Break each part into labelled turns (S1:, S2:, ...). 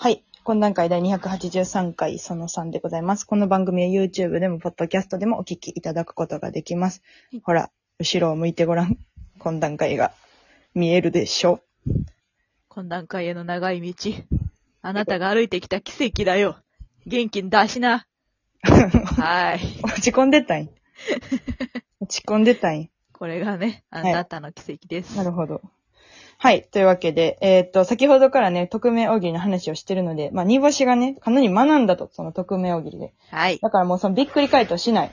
S1: はい。懇談会第283回その3でございます。この番組は YouTube でも、ポッドキャストでもお聞きいただくことができます
S2: はい。
S1: ほら、後ろを向いてごらん。懇談会が見えるでしょ。
S2: 懇談会への長い道。あなたが歩いてきた奇跡だよ。元気に出し な。はい。
S1: 落ち込んでたん や落ち込んでたんや
S2: これがね、あ
S1: い
S2: なたの奇跡です。
S1: なるほど。はい。というわけで、えーっと、先ほどからね、匿名大喜利の話をしてるので、まあ、煮干しがね、かなり学んだと、その匿名大喜利で。
S2: はい。
S1: だからもうそのびっくり回答しない。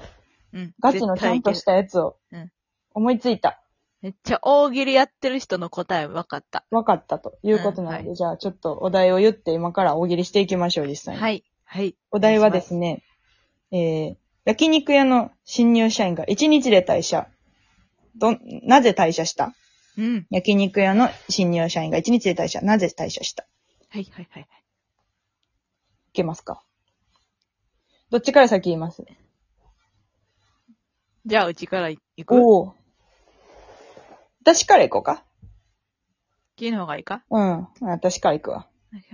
S2: うん。
S1: ガチの
S2: 絶
S1: ちゃ
S2: 対い
S1: ん
S2: け
S1: と
S2: る
S1: したやつを
S2: うん、
S1: 思いついた。
S2: めっちゃ大喜利やってる人の答え分かった。
S1: わかったということなので、
S2: うんは
S1: じゃあちょっとお題を言って今から大喜利していきましょう、実際に。
S2: はい。はい。
S1: お題はですね、えー、焼肉屋の新入社員が1日で退社。どん、なぜ退社した
S2: お願いします。
S1: 焼肉屋の新入社員が1日で退社。なぜ退社した
S2: うん。はいはいはい。
S1: いけますかどっちから先言います
S2: じゃあ、うちから行く。
S1: おお。私から行こうか
S2: きの方がいいか
S1: うん。私から行くわ。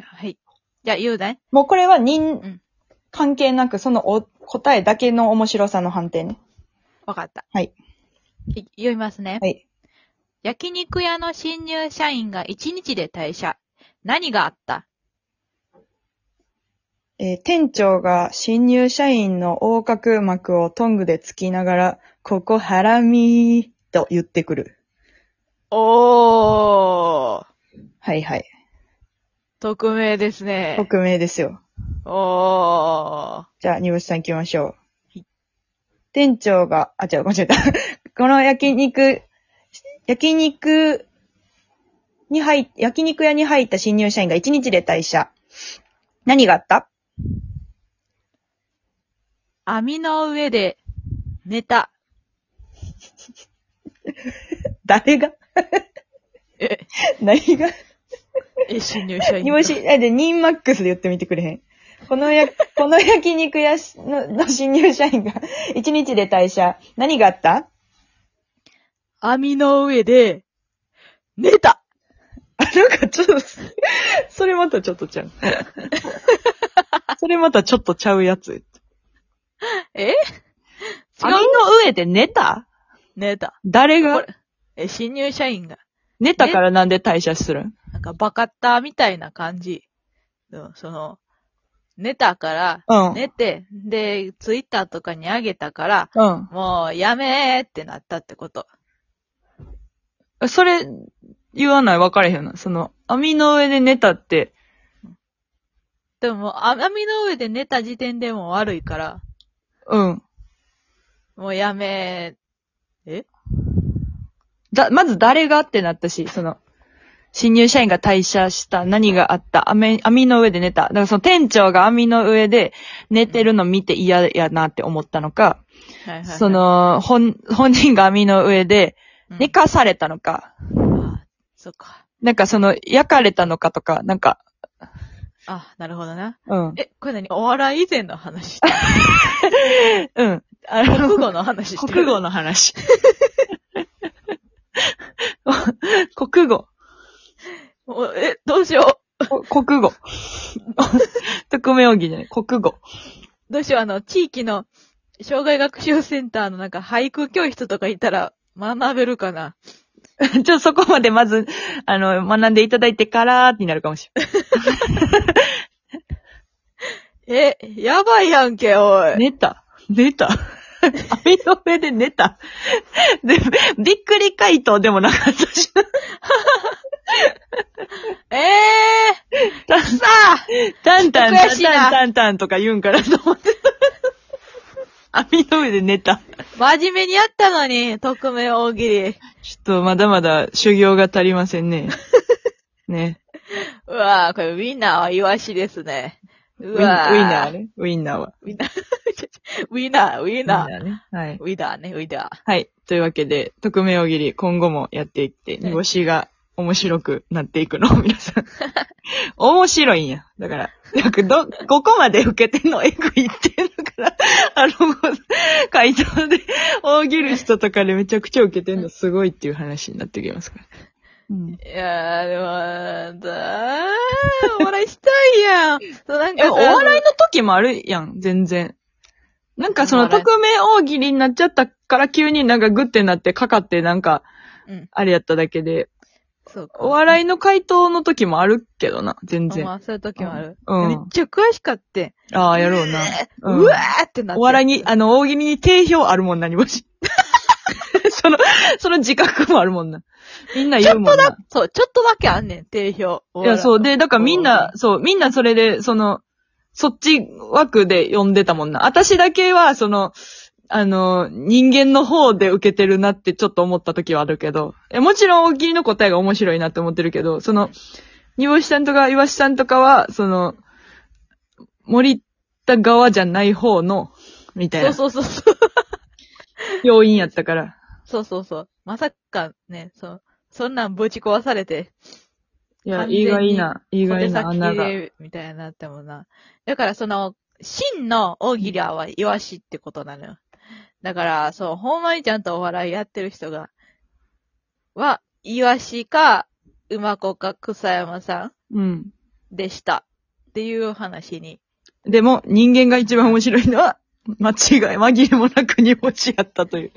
S2: はい。じゃあ、言うね。
S1: もうこれは人、
S2: ん
S1: 関係なく、そのお答えだけの面白さの判定ね。
S2: 分かった。
S1: はい
S2: い。言いますね。
S1: はい。
S2: 焼肉屋の新入社員が1日で退社。何があった
S1: えー店長が新入社員の横隔膜をトングで突きながら、ここハラミーと言ってくる。
S2: おー。
S1: はいはい。
S2: 匿名ですね。
S1: 匿名ですよ。
S2: おー。
S1: じゃあ、煮干しさん行きましょう
S2: い。
S1: 店長が、あ、違う、間違えた。 この焼肉、焼肉に入っ、焼肉屋に入った新入社員が1日で退社。何があった
S2: 網の上で寝た。
S1: 誰が
S2: え、
S1: 何が
S2: え、新入社員。
S1: 煮干し、あ、で、ニンマックスで言ってみてくれへん。この や、この焼肉屋しのの新入社員が 1日で退社。何があった
S2: 網の上で寝た。
S1: あ、なんかちょっと、それまたちょっとちゃう。 それまたちょっとちゃうやつ。
S2: え
S1: 網の上で寝た
S2: 寝た。
S1: 誰
S2: こ
S1: が
S2: れえ、新入社員が、
S1: 寝たからなんで退社するん
S2: なんかバカッターみたいな感じ。うんその、寝たから、
S1: うん。
S2: 寝て、で、ツイッターとかにあげたから、
S1: う
S2: もうやめーってなったってこと。
S3: あそれ、言わない分かれへんな。その、網の上で寝たって、
S2: でも、あ網の上で寝た時点でもう悪いから、
S3: うん。
S2: もうやめ
S3: だ、まず誰がってなったし、その、新入社員が退社した、何があった、網、網の上で寝た。だからその店長が網の上で寝てるの見て嫌やなって思ったのか、
S2: ー。はいはいはい
S3: そ、の、本、本人が網の上で
S2: うん
S3: 寝かされたのか、
S2: あそっか。
S3: なんかその、焼かれたのかとか、なんか、
S2: あ、なるほどな。
S3: うん。
S2: え、これ何お笑い以前の話
S3: うん。あの
S2: 国語の話してる
S3: 国語 の話。国語。
S2: おえ、どうしよ
S3: こ国語。 特命奥義じゃない、国語。
S2: う。どうしよう。あの、地域の、障害学習センターのなんか俳句教室とかいたら学べるかな。
S3: ちょっとそこまでまず、あの、学んでいただいてからってなるかもしれ
S2: え、やばいやんけ、おい。
S3: ない。寝た。寝 た。網の上で寝た。で、びっくり回答でもなかったし。
S2: ええー、さあ
S3: タンタン、タ
S2: 悔
S3: ン
S2: しいな
S3: タン、タンタンとか言うんからと思ってた。網の上で寝た。
S2: 真面目にやったのに、匿名大喜利。
S3: ちょっとまだまだ修行が足りませんね。ね。
S2: うわぁ、これウィンナーはイワシですね。
S3: ウ
S2: う
S3: ィンウィン
S2: わぁ。
S3: ナーね。ウィンナーは。
S2: ウィンナー。ウィンナー、ウィンナー。
S3: ーね。はい。
S2: ウィダーね、ウィダー。
S3: はい。というわけで、匿名おぎり、今後もやっていって、
S2: はい
S3: 煮干しが面白くなっていくの を、皆さん。面白いんや。だから、なんかど、ここまで受けてんの、えぐいってんのから、あの、回答で、大喜利人とかでめちゃくちゃ受けてんのすごいっていう話になってきますから。うん。
S2: いやー、でも、だー、お笑いしたいやん。そう、なん
S3: え、
S2: か、
S3: お笑いの時もあるやん、全然。なんかそ
S2: お
S3: の
S2: 笑い
S3: 匿名大喜利になっちゃったから急になんかグッてなってかかってなんか、
S2: い、うん、
S3: あれやっただけで。
S2: そうか。
S3: お笑
S2: い
S3: いの回答の時もあるけどな、全然。
S2: まあ、そういう時もある。
S3: うん
S2: めっちゃ詳しかって。
S3: ああ、やろうな。うん
S2: うわーってなって。
S3: お笑いに、あの、大喜利に定評あるもんな、にもし。 その、その自覚もあるもんな。みんな言うもんな。
S2: そう、ちょっとだけあんねん、定評。
S3: いや、そう。
S2: で、
S3: で、だからみん
S2: お
S3: な
S2: 笑、
S3: そう、みんなそれで、その、そっち枠で読んでたもんな。私だけは、その、あの、人間の方で受けてるなってちょっと思った時はあるけど。え、もちろん大喜利の答えが面白いなって思ってるけど、その、煮干しさんとか岩しさんとかは、その、森田側じゃない方の、みたいな、
S2: そうそうそう。
S3: 要因やったから。
S2: そうそうそう。まさかね、そう。そんなんぶち壊されて、
S3: いや、
S2: 完全に
S3: 意外な、意
S2: 小手
S3: 外な
S2: 先
S3: 穴が。
S2: で、みたいになってもんな。だからその、真の大喜利はイワシってことなのよ。だから、そう、ほんまにちゃんとお笑いやってる人が、は、イワシか、馬子か草山さ
S3: うん。
S2: んでした。っていう話に
S3: でも、人間が一番面白いのは、 間違い、紛れもなく煮干しやったという。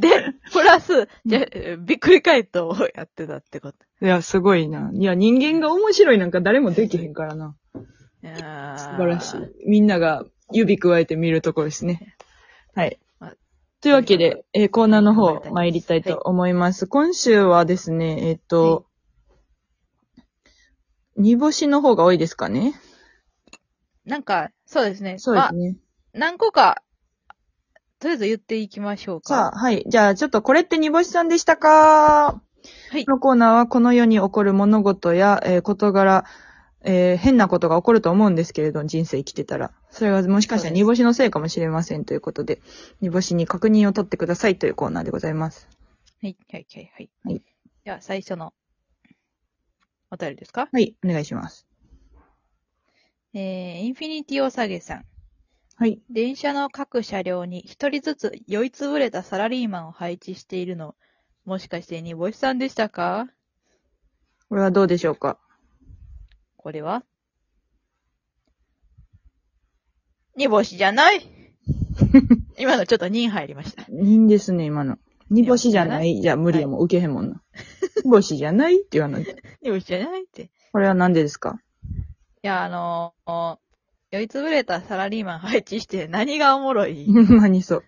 S2: で、 プラス、じゃ、えーびっくり回答をやってたってこと。
S3: いや、すごいな。いや、人間が面白いなんか誰もできへんからな。
S2: 素
S3: 素
S2: 晴
S3: 晴らしい。みんなが指加えて見るところですね。はい
S2: あ。
S3: というわけで、えーコーナーの方参りたいと思います。今週はですね、えっ、と、煮干しの方が多いですかね
S2: なんか、そうですね。
S3: そうですね。
S2: まあ、何個か、とりあえず言っていきましょうか。
S3: さあ、はい。じゃあ、ちょっとこれって煮干しさんでしたか
S2: はい
S3: このコーナーはこの世に起こる物事や、えー事柄、えー変なことが起こると思うんですけれど、人生生きてたら。それがもしかしたら煮干しのせいかもしれませんということで、煮干しに確認を取ってくださいというコーナーでございます。
S2: はい、はい、はい、はい。
S3: はい
S2: では、最初の、お便りですか
S3: はい、お願いします。
S2: えー、インフィニティおさげさん。
S3: はい。
S2: 電車の各車両に一人ずつ酔いつぶれたサラリーマンを配置しているの、もしかして煮干しさんでしたか
S3: これはどうでしょうか
S2: これは煮干しじゃない今のちょっと2入りました。
S3: いいんですね、今の。煮干しじゃないじゃあ無理やもん、受けへんもんな。煮干しじゃないって言わない。
S2: 煮干しじゃないって。い
S3: これは何でですか
S2: や、あのー酔いつぶれたサラリーマン配置して何がおも ろいい
S3: ほんまにそう。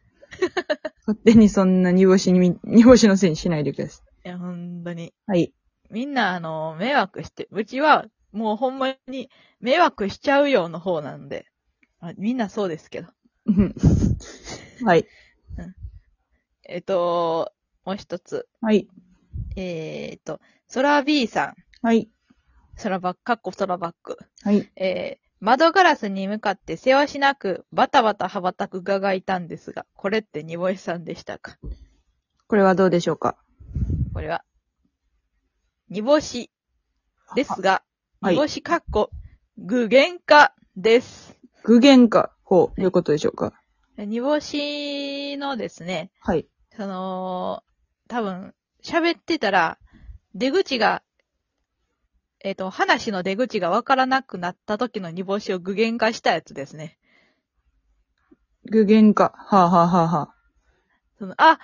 S3: 勝手にそんな煮干しに、煮干しのせいにしないでくださ
S2: や、ほんとに。
S3: い。はい。
S2: みんな、あのー迷惑して、うちは、もうほんまに迷惑しちゃうようの方なんで。あみんなそうですけど。
S3: うんはい。
S2: えっと、もう一つ。
S3: はい。
S2: えっと、ソラ B さん。
S3: はい。
S2: ソラバック、かっこソラバック。
S3: はい。
S2: えー窓ガラスに向かって世話しなく、バタバタ羽ばたく蛾がいたんですが、これって煮干しさんでしたか
S3: これはどうでしょうか
S2: これは、煮干しですが、
S3: は
S2: 煮
S3: い
S2: 干しかっこ、具現化です。
S3: 具現化、ほう、ということでしょうか
S2: 煮干しのですね、
S3: はい。
S2: その、多分、喋ってたら、出口が、えっ、と、話の出口がわからなくなった時の煮干しを具現化したやつですね。
S3: 具現化、はあ、はあはあはあ、
S2: その、あ、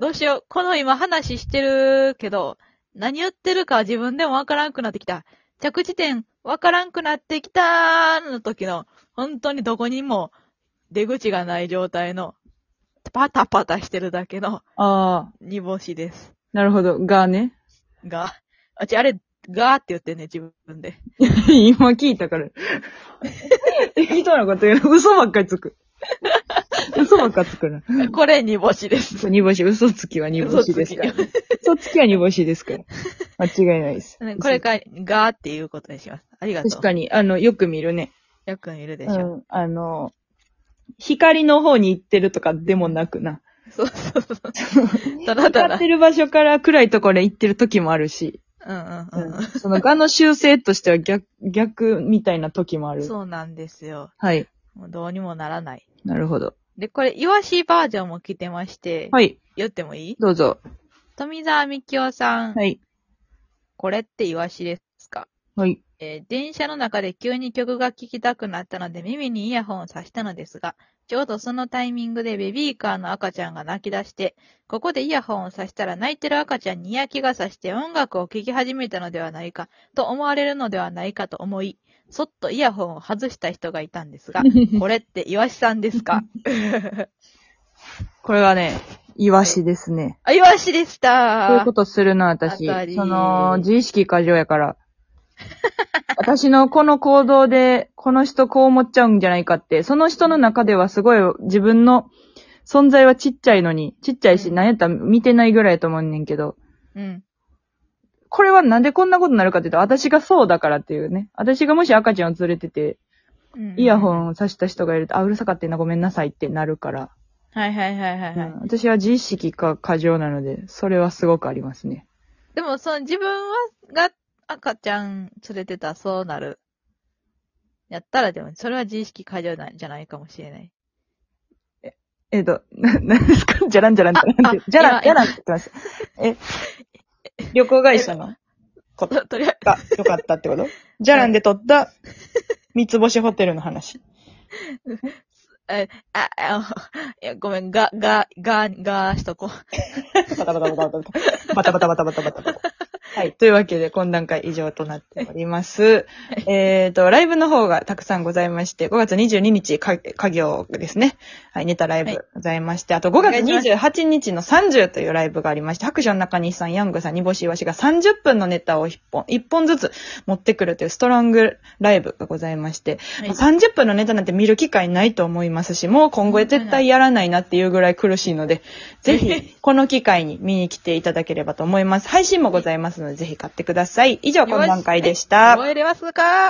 S2: どうしよう。この今話してるけど、何言ってるか自分でもわからんくなってきた。着地点わからんくなってきたーの時の、本当にどこにも出口がない状態の、パタパタしてるだけの
S3: ああ、
S2: 煮干しです。
S3: なるほど、がね。
S2: が、あちあれ、がーって言ってんね、自分で。
S3: 今聞いたから。 適当なこと言うの、嘘ばっかりつ く。嘘ばっかりつくな。
S2: これ煮干しです。
S3: 煮干し、嘘つきは煮干しですから。
S2: 嘘つ
S3: 嘘つきは煮干しですから。間違いないです。
S2: きこれから、がーっていうことにします。ありがとう。
S3: 確かに、あの、よく見るね。
S2: よくいるでし
S3: う
S2: ょ。
S3: ん、あの、光の方に行ってるとかでもなくな。
S2: そうそうそう。ただた
S3: 光
S2: だ
S3: っ。てる場所から暗いところへ行ってる時もあるし、
S2: うんうんうん。
S3: その画の修正としては逆、逆みたいな時もある。
S2: そうなんですよ。
S3: はい。
S2: もうどうにもならない。
S3: なるほど。
S2: で、これ、イワシバージョンも来てまして、
S3: はい。
S2: 言ってもいい
S3: どうぞ。
S2: 富澤美京さん、
S3: はい。
S2: これってイワシですか
S3: はい。
S2: えー電車の中で急に曲が聴きたくなったので耳にイヤホンを挿したのですが、ちょうどそのタイミングでベビーカーの赤ちゃんが泣き出して、ここでイヤホンを挿したら泣いてる赤ちゃんに嫌気がさして音楽を聴き始めたのではないか、と思われるのではないかと思い、そっとイヤホンを外した人がいたんですが、これってイワシさんですか
S3: これはね、イワシですね。
S2: あ、イワシでし
S3: そういう
S2: た
S3: ことするな、私。
S2: 当たり
S3: その、自意識過剰やから。 私のこの行動で、この人こう思っちゃうんじゃないかって、その人の中ではすごい自分の存在はちっちゃいのに、ちっちゃいし、
S2: うん
S3: なんやったら見てないぐらいやと思うねんけど、
S2: うん。
S3: これはなんでこんなことになるかっていうと、私がそうだからっていうね。私がもし赤ちゃんを連れてて、
S2: うん
S3: イヤホ。ンをさした人がいると、あ、うるさかったな、ごめんなさいってなるから。
S2: はいはいはいはい、はい
S3: うん私は自意識が過剰なので、それはすごくありますね。
S2: でも、その自分は、が、赤ちゃん連れてたらそうなる。やったらでも、それは自意識過剰なんじゃないかもしれない。
S3: えっ、と、な、 なんですかじゃらんじゃらんって。なんてじゃら
S2: 今
S3: ん、じゃらんって言ってます。え、
S1: 旅行会社のこと
S2: と、とりあえ
S1: が良かったってことじゃらんで撮った三つ星ホテルの話。
S2: ず、あ、 あ、いや、ごめん、が、が、が、がしとこう。
S1: バタバタバタバタバタ。バタバタバタバタバタ。はい。というわけで、懇談会以上となっております。えっと、ライブの方がたくさんございまして、5月22日、か、家業ですね。はい、ネタライ
S2: はい
S1: ブございまして、あと5月
S2: お願いします
S1: 28日の30というライブがありまして、白書の中西さん、ヤングさん、煮干しわしが30分のネタを1本、1本ずつ持ってくるというストロングライブがございまして、
S2: はい
S1: 30分のネタなんて見る機会ないと思いますし、もう今後絶対やらないなっていうぐらい苦しいの で、ぜひ、この機会に見に来ていただければと思います。配信もございますので、ぜひ買ってください。以上、懇談会でした。
S2: 覚えれますか